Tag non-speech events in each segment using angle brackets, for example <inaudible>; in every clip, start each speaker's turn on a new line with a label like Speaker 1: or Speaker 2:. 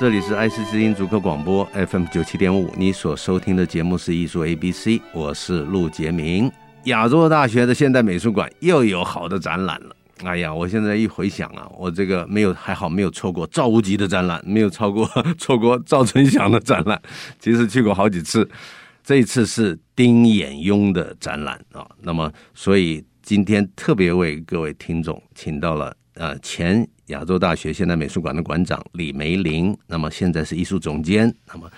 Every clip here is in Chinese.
Speaker 1: 这里是爱思之音足科广播 FM 九七点五，你所收听的节目是艺术 ABC，我是陆杰明。亚洲大学的现代美术馆又有好的展览了。哎呀，我现在一回想啊，我这个没有还好没有错过赵无极的展览，没有超过 <laughs> 错过赵春祥的展览，其实去过好几次。这一次是丁衍雍的展览啊，那么所以今天特别为各位听众请到了呃前亚洲大学现代美术馆的馆长李梅玲，那么现在是艺术总监，那么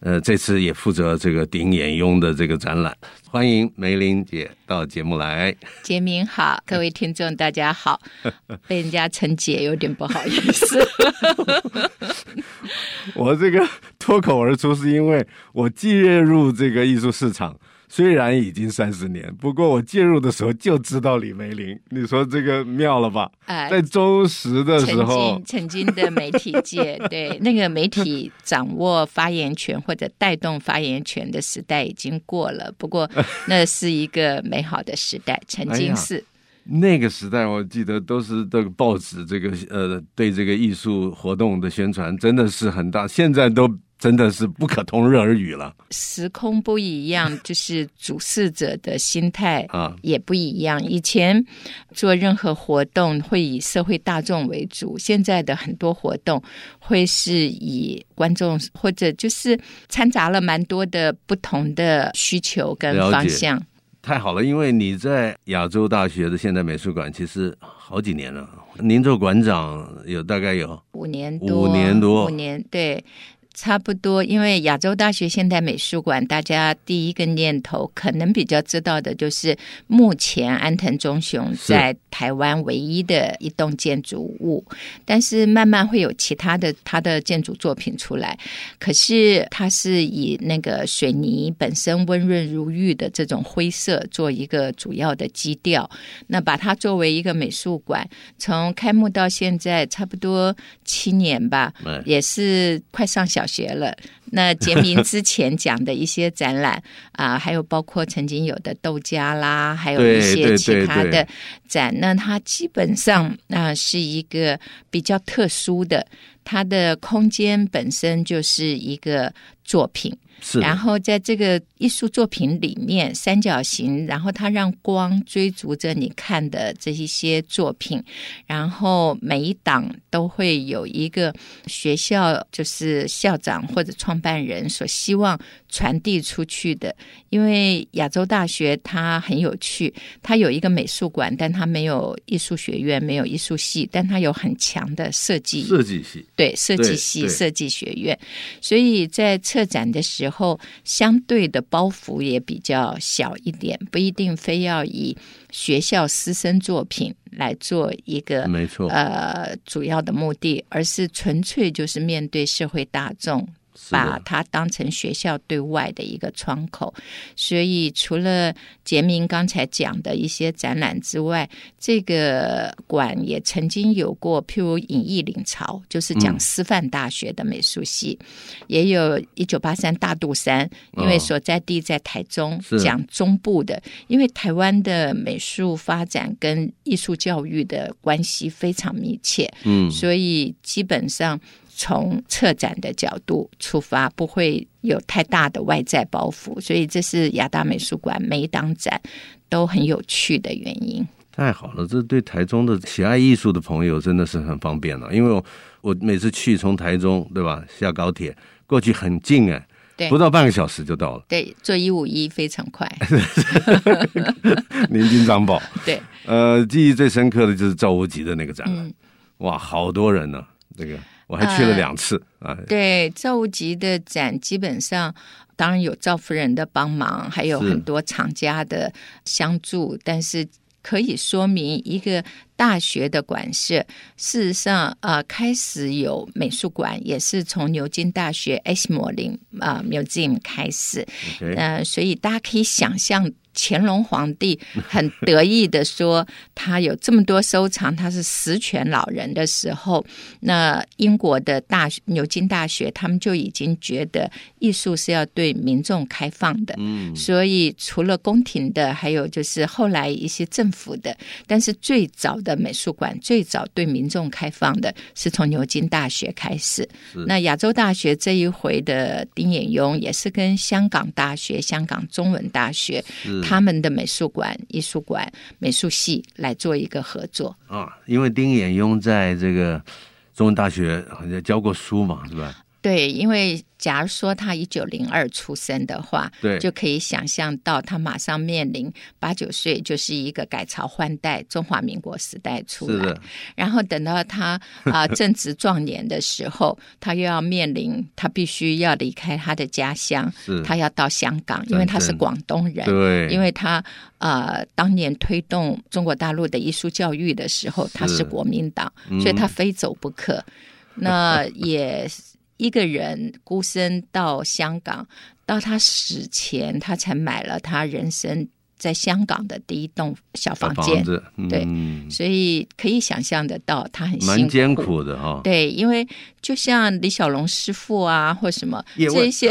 Speaker 1: 呃这次也负责这个丁衍雍的这个展览，欢迎梅玲姐到节目来。
Speaker 2: 杰明好，各位听众大家 <laughs> 好，被人家称姐有点不好意 <laughs> 思。
Speaker 1: 我这个脱口而出是因为我介入这个艺术市场，虽然已经三十年，不过我介入的时候就知道李梅玲，你说这个妙了吧？
Speaker 2: 哎
Speaker 1: 在中时的时
Speaker 2: 曾
Speaker 1: 候
Speaker 2: 经，曾经的媒体界， <laughs> 对那个媒体掌握发言权或者带动发言权的时代已经过了，不过那是一个美好的时代，曾
Speaker 1: 哎呀
Speaker 2: 经是。
Speaker 1: 那个时代，我记得都是这个报纸，这个呃，对这个艺术活动的宣传真的是很大，现在都真的是不可同日而语了
Speaker 2: 时空不一样，就是主事者的心态
Speaker 1: 啊！
Speaker 2: 也不一样。以前做任何活动会以社会大众为主，现在的很多活动会是以观众或者就是掺杂了蛮多的不同的需求跟
Speaker 1: 了解
Speaker 2: 方向。
Speaker 1: 太好了，因为你在亚洲大学的现代美术馆其实好几年了，您做馆长有大概有
Speaker 2: 五年多，
Speaker 1: 五年多
Speaker 2: 五年对，差不多。因为亚洲大学现代美术馆，大家第一个念头可能比较知道的就是，目前安藤忠雄
Speaker 1: 是
Speaker 2: 在台湾唯一的一栋建筑物，但是慢慢会有其他的他的建筑作品出来。可是它是以那个水泥本身温润如玉的这种灰色做一个主要的基调，那把它作为一个美术馆，从开幕到现在差不多七年吧，
Speaker 1: 哎
Speaker 2: 也是快上小学了。那杰明之前讲的一些展览啊、还有包括曾经有的豆家啦，还有
Speaker 1: 对
Speaker 2: 一些
Speaker 1: 对
Speaker 2: 其
Speaker 1: 对
Speaker 2: 他
Speaker 1: 对
Speaker 2: 的展，那它基本上啊、是一个比较特殊的，它的空间本身就是一个作品。
Speaker 1: 是的
Speaker 2: 然后在这个艺术作品里面，三角形，然后它让光追逐着你看的这一些作品，然后每一档都会有一个学校，就是校长或者创办人所希望传递出去的。因为亚洲大学它很有趣，它有一个美术馆，但它没有艺术学院，没有艺术系，但它有很强的设计
Speaker 1: 设计系，
Speaker 2: 对设计
Speaker 1: 对
Speaker 2: 系、
Speaker 1: 对
Speaker 2: 设计学院，所以在策展的时候，相对的包袱也比较小一点，不一定非要以学校师生作品来做一个
Speaker 1: 没错，
Speaker 2: 呃主要的目的，而是纯粹就是面对社会大众，
Speaker 1: 是
Speaker 2: 把
Speaker 1: 的，
Speaker 2: 它当成学校对外的一个窗口。所以，除了杰明刚才讲的一些展览之外，这个馆也曾经有过，譬如《隐逸领潮》，就是讲
Speaker 1: 嗯
Speaker 2: 师范大学的美术系，也有一九八三大肚山，因为
Speaker 1: 哦
Speaker 2: 所在地在台中，
Speaker 1: 是
Speaker 2: 讲中部的，因为台湾的美术发展跟艺术教育的关系非常密切，
Speaker 1: 嗯，
Speaker 2: 所以基本上从策展的角度出发，不会有太大的外在包袱，所以这是亚大美术馆每一档展都很有趣的原因。
Speaker 1: 太好了，这对台中的喜爱艺术的朋友真的是很方便了，啊因为我我每次去从台中对吧下高铁过去很近哎，
Speaker 2: 对
Speaker 1: 不到半个小时就
Speaker 2: <laughs>
Speaker 1: 到了。
Speaker 2: 对，做一五一非常快，
Speaker 1: 临近张宝，
Speaker 2: 对，
Speaker 1: 呃，记忆最深刻的就是赵无极的那个展览，
Speaker 2: 嗯。
Speaker 1: 哇，好多人呢、那个我还去了
Speaker 2: 呃
Speaker 1: 两次、啊，
Speaker 2: 对赵无极的展，基本上当然有赵夫人的帮忙，还有
Speaker 1: 是
Speaker 2: 很多厂家的相助，但是可以说明一个大学的馆舍。事实上，呃，开始有美术馆也是从牛津大学 Ashmore 林啊 Museum 开始。
Speaker 1: OK
Speaker 2: 呃，所以大家可以想象。乾隆皇帝很得意的说，他有这么多收藏，他是实权老人的时候，那英国的大学牛津大学，他们就已经觉得艺术是要对民众开放的，
Speaker 1: 嗯，
Speaker 2: 所以除了宫廷的，还有就是后来一些政府的，但是最早的美术馆，最早对民众开放的是从牛津大学开始
Speaker 1: 是。
Speaker 2: 那亚洲大学这一回的丁衍雍也是跟香港大学、香港中文大学
Speaker 1: 是
Speaker 2: 他们的美术馆、艺术馆、美术系来做一个合作。
Speaker 1: 啊，因为丁衍雍在这个中文大学好像教过书嘛，是吧？
Speaker 2: 对，因为假如说他一九零二出生的话，
Speaker 1: 对
Speaker 2: 就可以想象到他马上面临八九岁就是一个改朝换代、中华民国时代出
Speaker 1: 是
Speaker 2: 来，
Speaker 1: 的，
Speaker 2: 然后等到他啊、正值壮年的时候，他又要面临他必须要离开他的家乡，
Speaker 1: 是
Speaker 2: 他要到香港，因为他是
Speaker 1: 战争
Speaker 2: 广东人，
Speaker 1: 对，
Speaker 2: 因为他呃当年推动中国大陆的艺术教育的时候，他是国民党，
Speaker 1: 嗯
Speaker 2: 所以他非走不可。那也一个人孤身到香港，到他死前，他才买了他人生在香港的第一栋小
Speaker 1: 小
Speaker 2: 房
Speaker 1: 房
Speaker 2: 间，
Speaker 1: 子，
Speaker 2: 对
Speaker 1: 嗯，
Speaker 2: 所以可以想象得到他很辛
Speaker 1: 蛮艰。苦的哈。
Speaker 2: 对，因为就像李小龙师傅啊，或什么
Speaker 1: 叶问
Speaker 2: 这一
Speaker 1: <laughs>
Speaker 2: 些，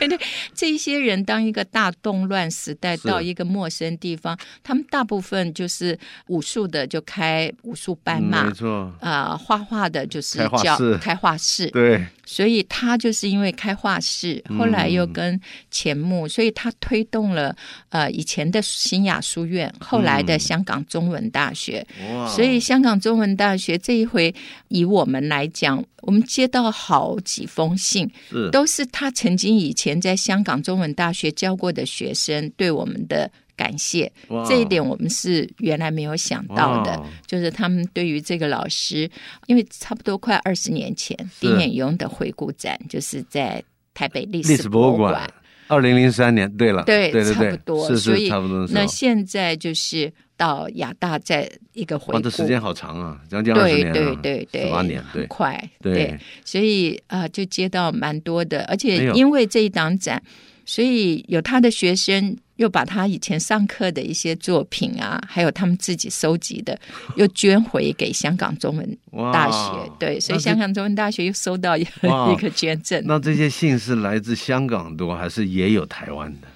Speaker 2: 对对，这一些人，当一个大动乱时代
Speaker 1: 是
Speaker 2: 到一个陌生地方，他们大部分就是武术的就开武术班
Speaker 1: 嗯
Speaker 2: 嘛
Speaker 1: 没，错，
Speaker 2: 啊、画画的就是
Speaker 1: 开画
Speaker 2: 叫
Speaker 1: 室
Speaker 2: 开画室，
Speaker 1: 对，
Speaker 2: 所以他就是因为开画室，
Speaker 1: 嗯
Speaker 2: 后来又跟钱穆，所以他推动了呃以前的新雅书院，后来的
Speaker 1: 嗯
Speaker 2: 香港中文大学，
Speaker 1: 哇，
Speaker 2: 所以香港中文大学这一回，以我们来讲，我们接到好几封信，
Speaker 1: 是
Speaker 2: 都是他曾经以前在香港中文大学教过的学生对我们的感谢。
Speaker 1: 哇
Speaker 2: 这一点我们是原来没有想到的
Speaker 1: 哇，
Speaker 2: 就是他们对于这个老师，因为差不多快二十年前，
Speaker 1: 是
Speaker 2: 丁衍雍的回顾展就是在台北
Speaker 1: 历
Speaker 2: 历
Speaker 1: 史
Speaker 2: 史
Speaker 1: 博物
Speaker 2: 物
Speaker 1: 馆。二零零三年，对了，
Speaker 2: 对
Speaker 1: 对对
Speaker 2: 差
Speaker 1: 对，
Speaker 2: 不多
Speaker 1: 是
Speaker 2: 所
Speaker 1: 是
Speaker 2: 以
Speaker 1: 差不多的时候。
Speaker 2: 那现在就是到亚大在一个回
Speaker 1: 哇，
Speaker 2: 顾，
Speaker 1: 哦这时间好长啊，将近二十
Speaker 2: 对
Speaker 1: 年
Speaker 2: 对
Speaker 1: 了，
Speaker 2: 对对，
Speaker 1: 十八年，
Speaker 2: 很
Speaker 1: 对
Speaker 2: 快，
Speaker 1: 对，
Speaker 2: 所以啊、呃就接到蛮多的，而
Speaker 1: 哎
Speaker 2: 且
Speaker 1: 呦
Speaker 2: 因为这一档展，所以有他的学生又把他以前上课的一些作品啊，还有他们自己收
Speaker 1: <laughs>
Speaker 2: 集的，又捐回给香港中文
Speaker 1: 哇，
Speaker 2: 大学。对，所以
Speaker 1: 那这
Speaker 2: 香港中文大学又收到一个
Speaker 1: 哇
Speaker 2: 一个捐赠。
Speaker 1: 那这些信是来自香港多，还是也有台湾的？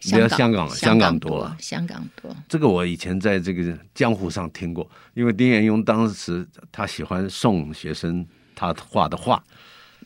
Speaker 2: 香港
Speaker 1: 比较香港
Speaker 2: 香
Speaker 1: 港多
Speaker 2: 多
Speaker 1: 啊，
Speaker 2: 香港多，
Speaker 1: 这个我以前在这个江湖上听过，因为丁彦雍当时他喜欢送学生他画的画，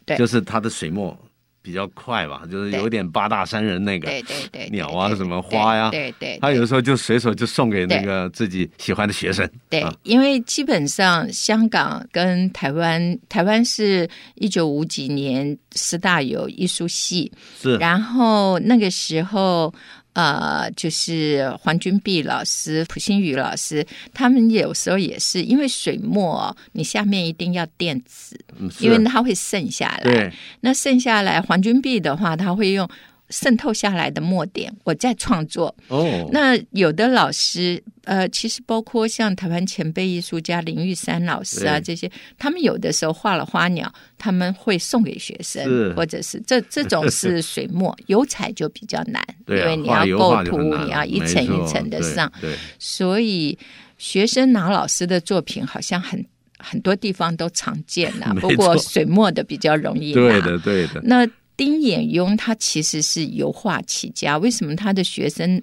Speaker 2: 对
Speaker 1: 就是他的水墨比较快吧，就是
Speaker 2: 对
Speaker 1: 有点八大山人那个，
Speaker 2: 对对对，对
Speaker 1: 鸟啊
Speaker 2: 对
Speaker 1: 什么
Speaker 2: 对
Speaker 1: 花呀
Speaker 2: 对对，
Speaker 1: 他
Speaker 2: 对
Speaker 1: 有时候就随手就送给那个自己喜欢的学生，
Speaker 2: 对
Speaker 1: 啊，
Speaker 2: 因为基本上香港跟台湾，台湾是一九五几年师大有艺术系，
Speaker 1: 是
Speaker 2: 然后那个时候。呃，就是黄君璧老师、蒲新宇老师，他们有时候也是因为水墨、哦，你下面一定要垫纸，
Speaker 1: 嗯是
Speaker 2: 因为它会渗下来。
Speaker 1: 对
Speaker 2: 那剩下来黄君璧的话，他会用渗透下来的墨点，我再创作。
Speaker 1: 哦，
Speaker 2: 呃那有的老师，呃，其实包括像台湾前辈艺术家林玉山老师啊，
Speaker 1: 对
Speaker 2: 这些，他们有的时候画了花鸟，他们会送给学
Speaker 1: 是
Speaker 2: 生，或者是这这种是水墨，油彩就比较难，
Speaker 1: <laughs> 对
Speaker 2: 因
Speaker 1: 啊
Speaker 2: 为你
Speaker 1: 画
Speaker 2: 要
Speaker 1: 油
Speaker 2: 构
Speaker 1: 画就
Speaker 2: 图
Speaker 1: 很难，了
Speaker 2: 你要一层
Speaker 1: 没
Speaker 2: 一
Speaker 1: 错
Speaker 2: 层的
Speaker 1: 对
Speaker 2: 上，
Speaker 1: 对
Speaker 2: 所以学生拿老师的作品好像很很多地方都常见
Speaker 1: <laughs>
Speaker 2: 啦、
Speaker 1: 没
Speaker 2: 不过
Speaker 1: 错
Speaker 2: 水墨的比较容易拿。
Speaker 1: 对的对的，
Speaker 2: 那丁衍雍他其实是油画起家，为什么他的学生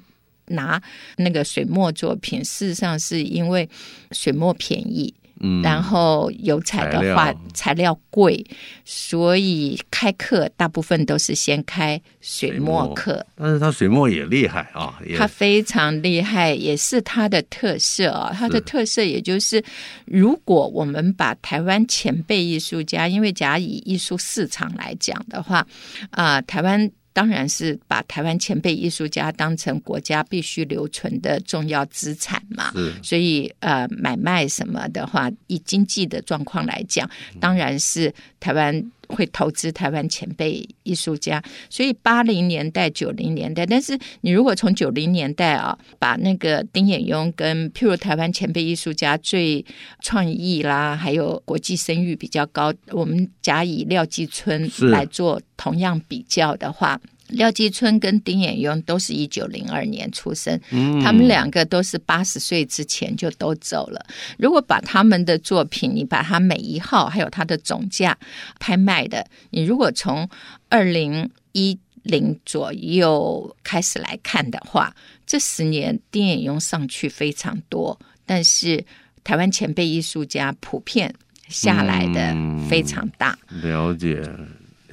Speaker 2: 拿那个水墨作品？事实上是因为水墨便宜，
Speaker 1: 嗯，
Speaker 2: 然后油彩
Speaker 1: 材
Speaker 2: 的
Speaker 1: 料
Speaker 2: 话材料贵，所以开课大部分都是先开水墨课。
Speaker 1: 但是他水墨也厉害啊，也
Speaker 2: 他非常厉害，也是他的特色啊、他的特色也就是，如果我们把台湾前辈艺术家，因为假以艺术市场来讲的话，啊、台湾。当然是把台湾前辈艺术家当成国家必须留存的重要资产嘛，
Speaker 1: 是
Speaker 2: 所以呃，买卖什么的话，以经济的状况来讲，当然是台湾会投资台湾前辈艺术家，所以八零年代、九零年代，但是你如果从九零年代啊，把那个丁衍庸跟譬如台湾前辈艺术家最创意啦，还有国际声誉比较高，我们甲乙廖继春
Speaker 1: 是
Speaker 2: 来做同样比较的话。廖继春跟丁衍庸都是一九零二年出生，
Speaker 1: 嗯
Speaker 2: 他们两个都是八十岁之前就都走了。如果把他们的作品，你把它每一号还有它的总价拍卖的，你如果从二零一零左右开始来看的话，这十年丁衍庸上去非常多，但是台湾前辈艺术家普遍下来的
Speaker 1: 嗯
Speaker 2: 非常大。
Speaker 1: 了解，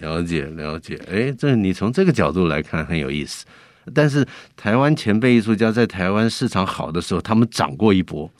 Speaker 1: 了解，了解。哎，这你从这个角度来看很有意思。但是台湾前辈艺术家在台湾市场好的时候，他们涨过一波。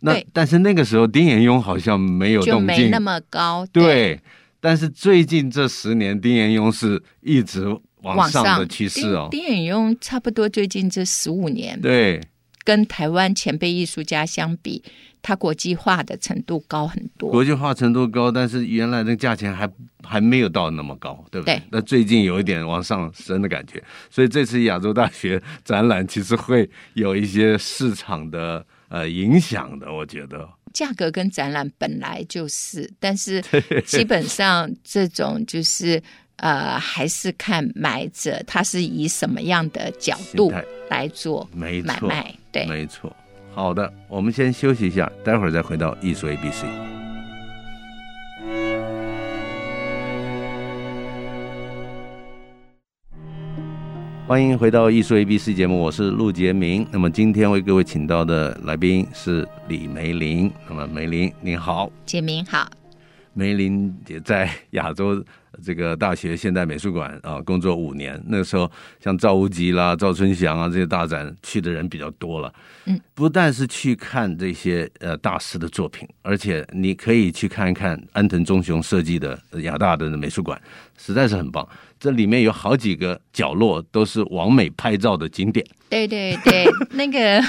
Speaker 1: 那
Speaker 2: 对
Speaker 1: 但是那个时候丁衍庸好像没有
Speaker 2: 就
Speaker 1: 动
Speaker 2: 没
Speaker 1: 静
Speaker 2: 那，么高，
Speaker 1: 对。但是最近这十年，丁衍庸是一直往上的趋势哦。
Speaker 2: 丁丁允庸差不多最近这十五年，
Speaker 1: 对，
Speaker 2: 跟台湾前辈艺术家相比，他国际化的程度高很多。
Speaker 1: 国际化程度高，但是原来的价钱还还没有到那么高，对不对？
Speaker 2: 对
Speaker 1: 那最近有一点往上升的感觉，所以这次亚洲大学展览其实会有一些市场的呃影响的，我觉得。
Speaker 2: 价格跟展览本来就是，
Speaker 1: <laughs>
Speaker 2: 但是基本上这种就是呃，还是看买者他是以什么样的角
Speaker 1: 心
Speaker 2: 度
Speaker 1: 态
Speaker 2: 来做
Speaker 1: 没
Speaker 2: 买
Speaker 1: 错，
Speaker 2: 卖。对，
Speaker 1: 没错。好的，我们先休息一下，待会儿再回到艺术 A B C。欢迎回到艺术 A B C 节目，我是陆杰明。那么今天为各位请到的来宾是李梅玲。那么梅玲，您好，
Speaker 2: 杰明好，
Speaker 1: 梅林也在亚洲这个大学现代美术馆啊工作五年，那时候像赵无极啦、赵春祥啊这些大展去的人比较多了。
Speaker 2: 嗯，
Speaker 1: 不但是去看这些呃大师的作品，而且你可以去看一看安藤忠雄设计的亚大的美术馆，实在是很棒。这里面有好几个角落都是完美拍照的景点。
Speaker 2: 对对对，
Speaker 1: <laughs>
Speaker 2: 那个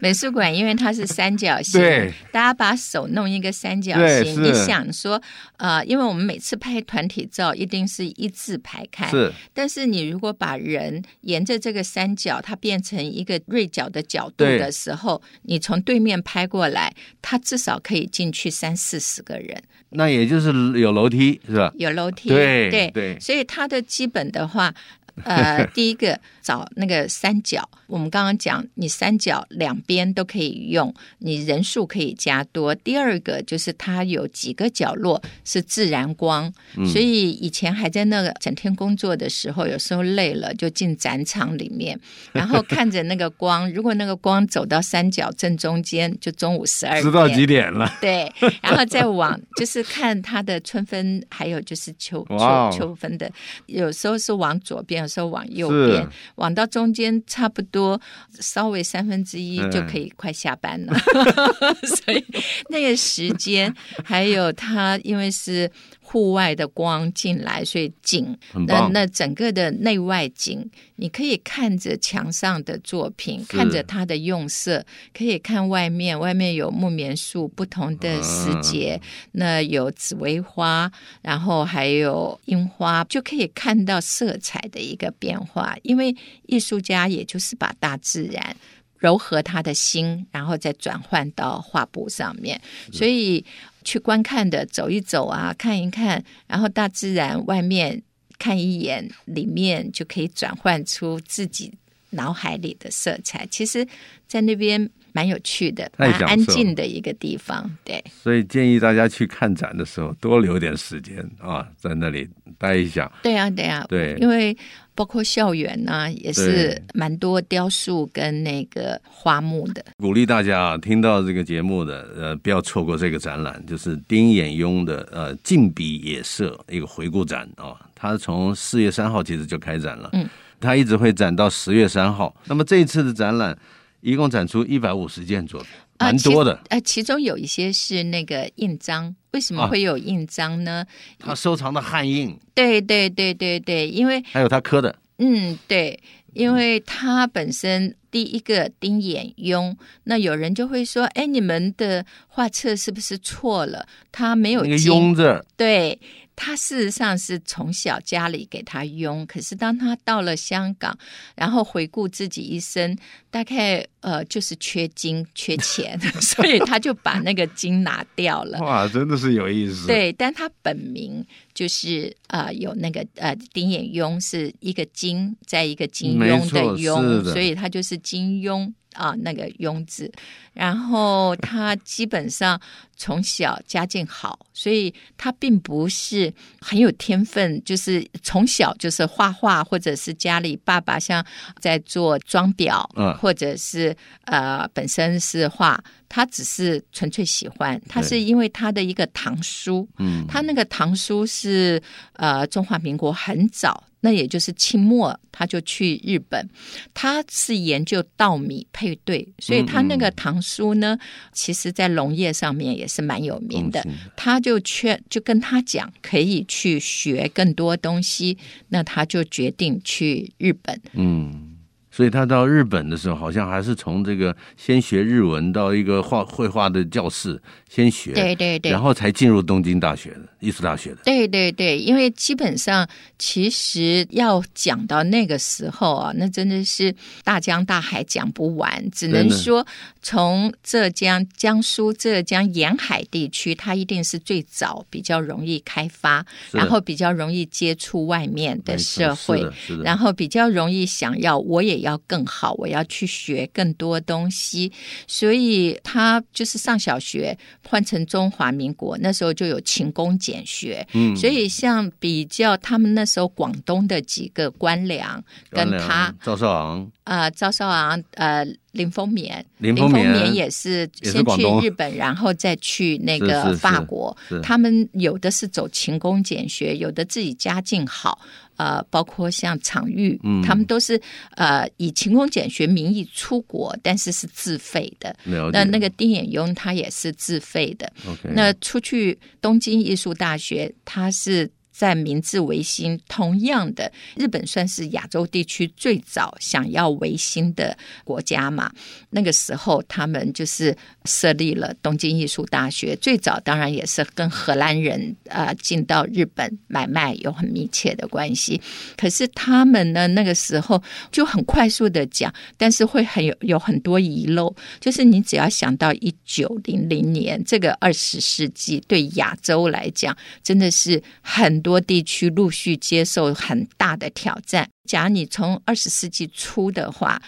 Speaker 2: 美术馆因为它是三角形
Speaker 1: 对，
Speaker 2: 大家把手弄一个三角
Speaker 1: 对
Speaker 2: 形。
Speaker 1: 是
Speaker 2: 你想说，呃，因为我们每次拍团体照一定是一字排开，
Speaker 1: 是，
Speaker 2: 但是你如果把人沿着这个三角，它变成一个锐角的角度
Speaker 1: 对
Speaker 2: 的时候，你从对面拍过来，它至少可以进去三四十个人，
Speaker 1: 那也就是有楼梯是吧？
Speaker 2: 有楼梯，
Speaker 1: 对
Speaker 2: 对
Speaker 1: 对
Speaker 2: 所以它的基本的话，
Speaker 1: <laughs>
Speaker 2: 呃，第一个找那个三角，我们刚刚讲，你三角两边都可以用，你人数可以加多。第二个就是它有几个角落是自然光，
Speaker 1: 嗯
Speaker 2: 所以以前还在那个整天工作的时候，有时候累了就进展场里面，然后看着那个
Speaker 1: <laughs>
Speaker 2: 光，如果那个光走到三角正中间，就中午十二
Speaker 1: 知道
Speaker 2: 点。
Speaker 1: 几点了？
Speaker 2: 对，然后再往就是看它的春分，还有就是
Speaker 1: <laughs>
Speaker 2: 秋
Speaker 1: 哇哦
Speaker 2: 秋秋分的，有时候是往左边，有时候往右
Speaker 1: 是
Speaker 2: 边，往到中间差不多稍微三分之一
Speaker 1: 嗯
Speaker 2: 就可以快下班了， <laughs> 所以那个时间还有它因为是户外的光进来，所以景
Speaker 1: 很
Speaker 2: 那
Speaker 1: 棒。
Speaker 2: 那整个的内外景，你可以看着墙上的作品，
Speaker 1: 是
Speaker 2: 看着它的用色，可以看外面，外面有木棉树不同的时节，那有紫薇花，然后还有樱花，就可以看到色彩的一个变化。因为艺术家也就是把大自然。柔和他的心，然后再转换到画布上面，所以去观看的走一走啊，看一看，然后大自然外面看一眼，里面就可以转换出自己脑海里的色彩。其实，在那边蛮有趣的，
Speaker 1: 太
Speaker 2: 蛮
Speaker 1: 享受了
Speaker 2: 安静的一个地方。对，
Speaker 1: 所以建议大家去看展的时候多留点时间啊，在那里待一下。
Speaker 2: 对啊，对啊，
Speaker 1: 对
Speaker 2: 因为包括校园呢、也是
Speaker 1: 对
Speaker 2: 蛮多雕塑跟那个花木的。
Speaker 1: 鼓励大家啊，听到这个节目的呃，不要错过这个展览，就是丁衍庸的呃《静笔野社》一个回顾展啊。它从四月三号其实就开展了，
Speaker 2: 嗯，
Speaker 1: 它一直会展到十月三号。那么这一次的展览，一共展出一百五十件作品，
Speaker 2: 呃
Speaker 1: 蛮多的。
Speaker 2: 其呃，其中有一些是那个印章，为什么
Speaker 1: 啊
Speaker 2: 会有印章呢？
Speaker 1: 他收藏的汉印，
Speaker 2: 对对对对对，因为
Speaker 1: 还有他刻的，
Speaker 2: 嗯，对，因为他本身第一个丁衍庸，那有人就会说，哎，你们的画册是不是错了？他没有
Speaker 1: 那个
Speaker 2: 经
Speaker 1: 庸字儿，
Speaker 2: 对，他事实上是从小家里给他用，可是当他到了香港，然后回顾自己一生，大概呃就是缺金缺钱， <laughs> 所以他就把那个金拿掉了。
Speaker 1: 哇，真的是有意思。，
Speaker 2: 对，但他本名就是呃有那个呃丁衍庸是一个金，在一个金
Speaker 1: 没
Speaker 2: 庸的
Speaker 1: 错
Speaker 2: 庸，
Speaker 1: 是的
Speaker 2: 所以他就是金庸啊、那个庸字。然后他基本上从小家境好，所以他并不是很有天分，就是从小就是画画，或者是家里爸爸像在做装裱，
Speaker 1: 嗯
Speaker 2: 或者是呃本身是画。他只是纯粹喜欢，他
Speaker 1: 对
Speaker 2: 是因为他的一个堂叔，
Speaker 1: 嗯，
Speaker 2: 他那个堂叔是呃中华民国很早，那也就是清末，他就去日本，他是研究稻米配对，所以他那个堂叔
Speaker 1: 嗯
Speaker 2: 呢，其实在农业上面也是蛮有名的
Speaker 1: 东西。
Speaker 2: 他就劝，就跟他讲可以去学更多东西，那他就决定去日本。
Speaker 1: 嗯，所以他到日本的时候，好像还是从这个先学日文到一个画绘画的教室先学，
Speaker 2: 对对对，
Speaker 1: 然后才进入东京大学的艺术大学的。
Speaker 2: 对对对，因为基本上其实要讲到那个时候啊，那真的是大江大海讲不完，只
Speaker 1: 真
Speaker 2: 能
Speaker 1: 的
Speaker 2: 说从浙江、江苏、浙江沿海地区，它一定是最早比较容易开发，
Speaker 1: 是的
Speaker 2: 然后比较容易接触外面的
Speaker 1: 没错
Speaker 2: 社会
Speaker 1: 是。的，是的。
Speaker 2: 然后比较容易想要，我也要更好，我要去学更多东西。所以他就是上小学换成中华民国那时候就有勤工俭学，嗯，所以像比较他们那时候广东的几个官僚跟
Speaker 1: 张
Speaker 2: 他
Speaker 1: 良啊赵少昂，
Speaker 2: 呃赵少昂呃林风眠，
Speaker 1: 林
Speaker 2: 林
Speaker 1: 风
Speaker 2: 风
Speaker 1: 眠
Speaker 2: 眠也是
Speaker 1: 也是
Speaker 2: 先
Speaker 1: 广
Speaker 2: 去
Speaker 1: 东
Speaker 2: 日本，然后再去那
Speaker 1: 是
Speaker 2: 个
Speaker 1: 是是
Speaker 2: 法国
Speaker 1: 是。
Speaker 2: 他们有的是走勤工俭学，有的自己家境好。呃，包括像常玉，
Speaker 1: 嗯
Speaker 2: 他们都是呃以勤工俭学名义出国，但是是自费的。
Speaker 1: 了解
Speaker 2: 那那个丁衍庸他也是自费的，
Speaker 1: OK，
Speaker 2: 那出去东京艺术大学，它是在明治维新，同样的，日本算是亚洲地区最早想要维新的国家嘛。那个时候，他们就是设立了东京艺术大学，最早当然也是跟荷兰人呃进到日本买卖有很密切的关系。可是他们呢，那个时候就很快速的讲，但是会很有有很多遗漏，就是你只要想到一九零零年这个二十世纪，对亚洲来讲，真的是很多地区陆续接受很大的挑战。假如你从二十世纪初的话，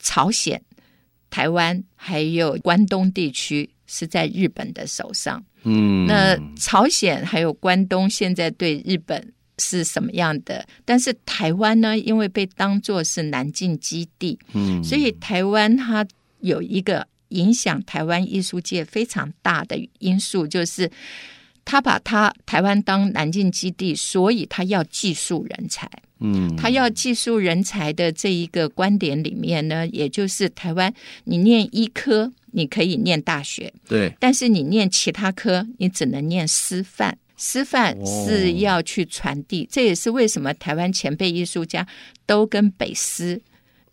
Speaker 2: 朝鲜、台湾还有关东地区是在日本的手上。
Speaker 1: 嗯，
Speaker 2: 那朝鲜还有关东现在对日本是什么样的？但是台湾呢，因为被当作是南进基地，
Speaker 1: 嗯，
Speaker 2: 所以台湾它有一个影响台湾艺术界非常大的因素，就是他把他台湾当南进基地，所以他要技术人才。
Speaker 1: 嗯，
Speaker 2: 他要技术人才的这一个观点里面呢，也就是台湾，你念医科，你可以念大学，
Speaker 1: 对
Speaker 2: 但是你念其他科，你只能念师范。师范
Speaker 1: 哦
Speaker 2: 是要去传递，这也是为什么台湾前辈艺术家都跟北师，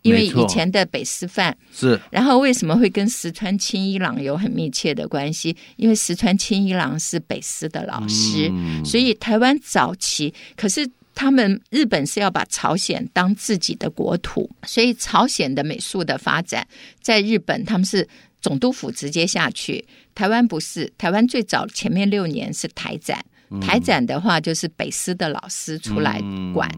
Speaker 2: 因为
Speaker 1: 没错
Speaker 2: 以前的北师范，
Speaker 1: 是
Speaker 2: 然后为什么会跟石川清一郎有很密切的关系？因为石川清一郎是北师的老师，
Speaker 1: 嗯
Speaker 2: 所以台湾早期可是。他们日本是要把朝鲜当自己的国土，所以朝鲜的美术的发展在日本他们是总督府直接下去，台湾不是。台湾最早前面六年是台展，台展的话就是北师的老师出来管，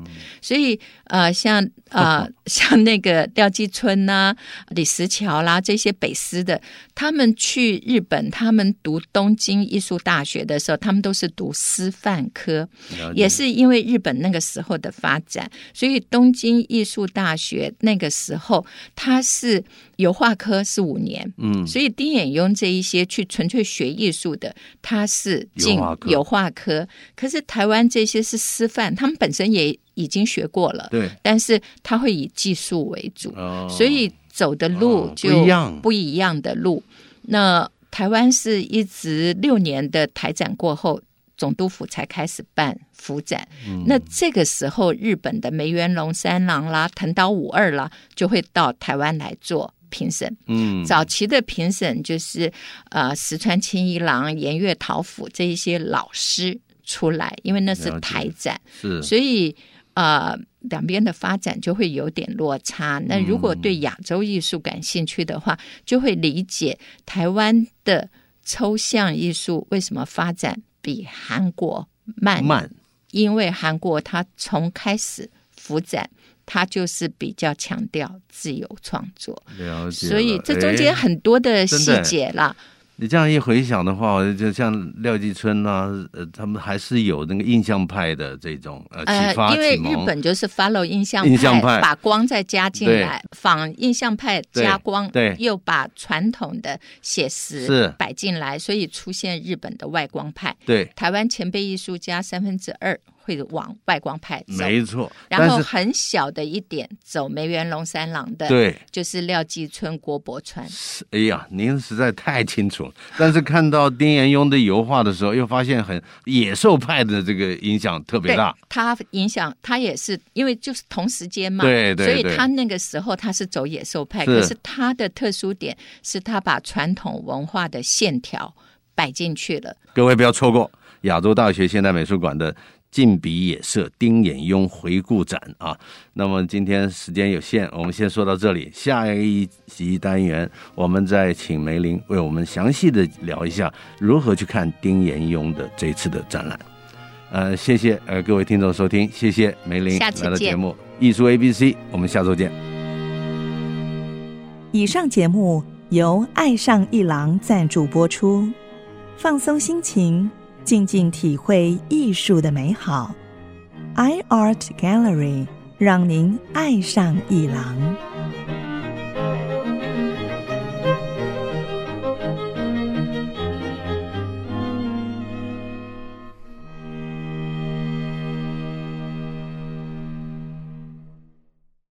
Speaker 2: 所以呃，像呃像那个廖继春呐、李石桥啦这些北师的，他们去日本，他们读东京艺术大学的时候，他们都是读师范科，
Speaker 1: 了解
Speaker 2: 也是因为日本那个时候的发展，所以东京艺术大学那个时候它是油画科是五年，
Speaker 1: 嗯
Speaker 2: 所以丁衍庸这一些去纯粹学艺术的，他是进
Speaker 1: 油画科
Speaker 2: 油画科，可是台湾这些是师范，他们本身也已经学过了，
Speaker 1: 对
Speaker 2: 但是他会以技术为主，
Speaker 1: 哦，
Speaker 2: 所以走的路
Speaker 1: 哦
Speaker 2: 就
Speaker 1: 不一样
Speaker 2: 不一样的路。那台湾是一直六年的台展过后，总督府才开始办府展。
Speaker 1: 嗯
Speaker 2: 那这个时候，日本的梅园龙三郎啦、藤岛武二啦，就会到台湾来做评审。
Speaker 1: 嗯
Speaker 2: 早期的评审就是呃石川清一郎、岩月桃甫这一些老师出来，因为那是
Speaker 1: 了解
Speaker 2: 台展，
Speaker 1: 是，
Speaker 2: 所以呃，两边的发展就会有点落差。那如果对亚洲艺术感兴趣的话，就会理解台湾的抽象艺术为什么发展比韩国慢，
Speaker 1: 慢
Speaker 2: 因为韩国它从开始发展，它就是比较强调自由创作。
Speaker 1: 了解了，
Speaker 2: 所以这中间
Speaker 1: 哎
Speaker 2: 很多的
Speaker 1: 真
Speaker 2: 细
Speaker 1: 的
Speaker 2: 节啦，
Speaker 1: 你这样一回想的话，就像廖继春啊，呃，他们还是有那个印象派的这种呃启发、
Speaker 2: 因为
Speaker 1: 启
Speaker 2: 日
Speaker 1: 蒙。
Speaker 2: 本就是 follow 印象
Speaker 1: 印象派
Speaker 2: 把光再加进来，仿印象派加光，
Speaker 1: 对对
Speaker 2: 又把传统的写实
Speaker 1: 是
Speaker 2: 摆进来，所以出现日本的外光派。
Speaker 1: 对，
Speaker 2: 台湾前辈艺术家三分之二会往外光派走，
Speaker 1: 没错。
Speaker 2: 然后
Speaker 1: 但是
Speaker 2: 很小的一点走梅园龙三郎的，，
Speaker 1: 对，
Speaker 2: 就是廖继春、郭伯川。
Speaker 1: 是哎呀，您实在太清楚了。但是看到丁延庸的油画的时候，又发现很野兽派的这个影响特别
Speaker 2: 对
Speaker 1: 大。，
Speaker 2: 他影响他也是，因为就是同时间嘛，
Speaker 1: 对对
Speaker 2: 所以
Speaker 1: 对
Speaker 2: 他那个时候他是走野兽派，
Speaker 1: 是
Speaker 2: 可是他的特殊点是他把传统文化的线条摆进去了。
Speaker 1: 各位不要错过亚洲大学现代美术馆的近笔野社丁衍庸回顾展啊。那么今天时间有限，我们先说到这里。下一集单元，我们再请梅林为我们详细的聊一下如何去看丁衍庸的这次的展览。呃，谢谢呃各位听众收听，谢谢梅林
Speaker 2: 下次
Speaker 1: 来到
Speaker 2: 见
Speaker 1: 节目艺术 A B C，我们下周见。
Speaker 3: 以上节目由爱上一郎赞助播出，放松心情，静静体会艺术的美好。iArt Gallery 让您爱上一郎。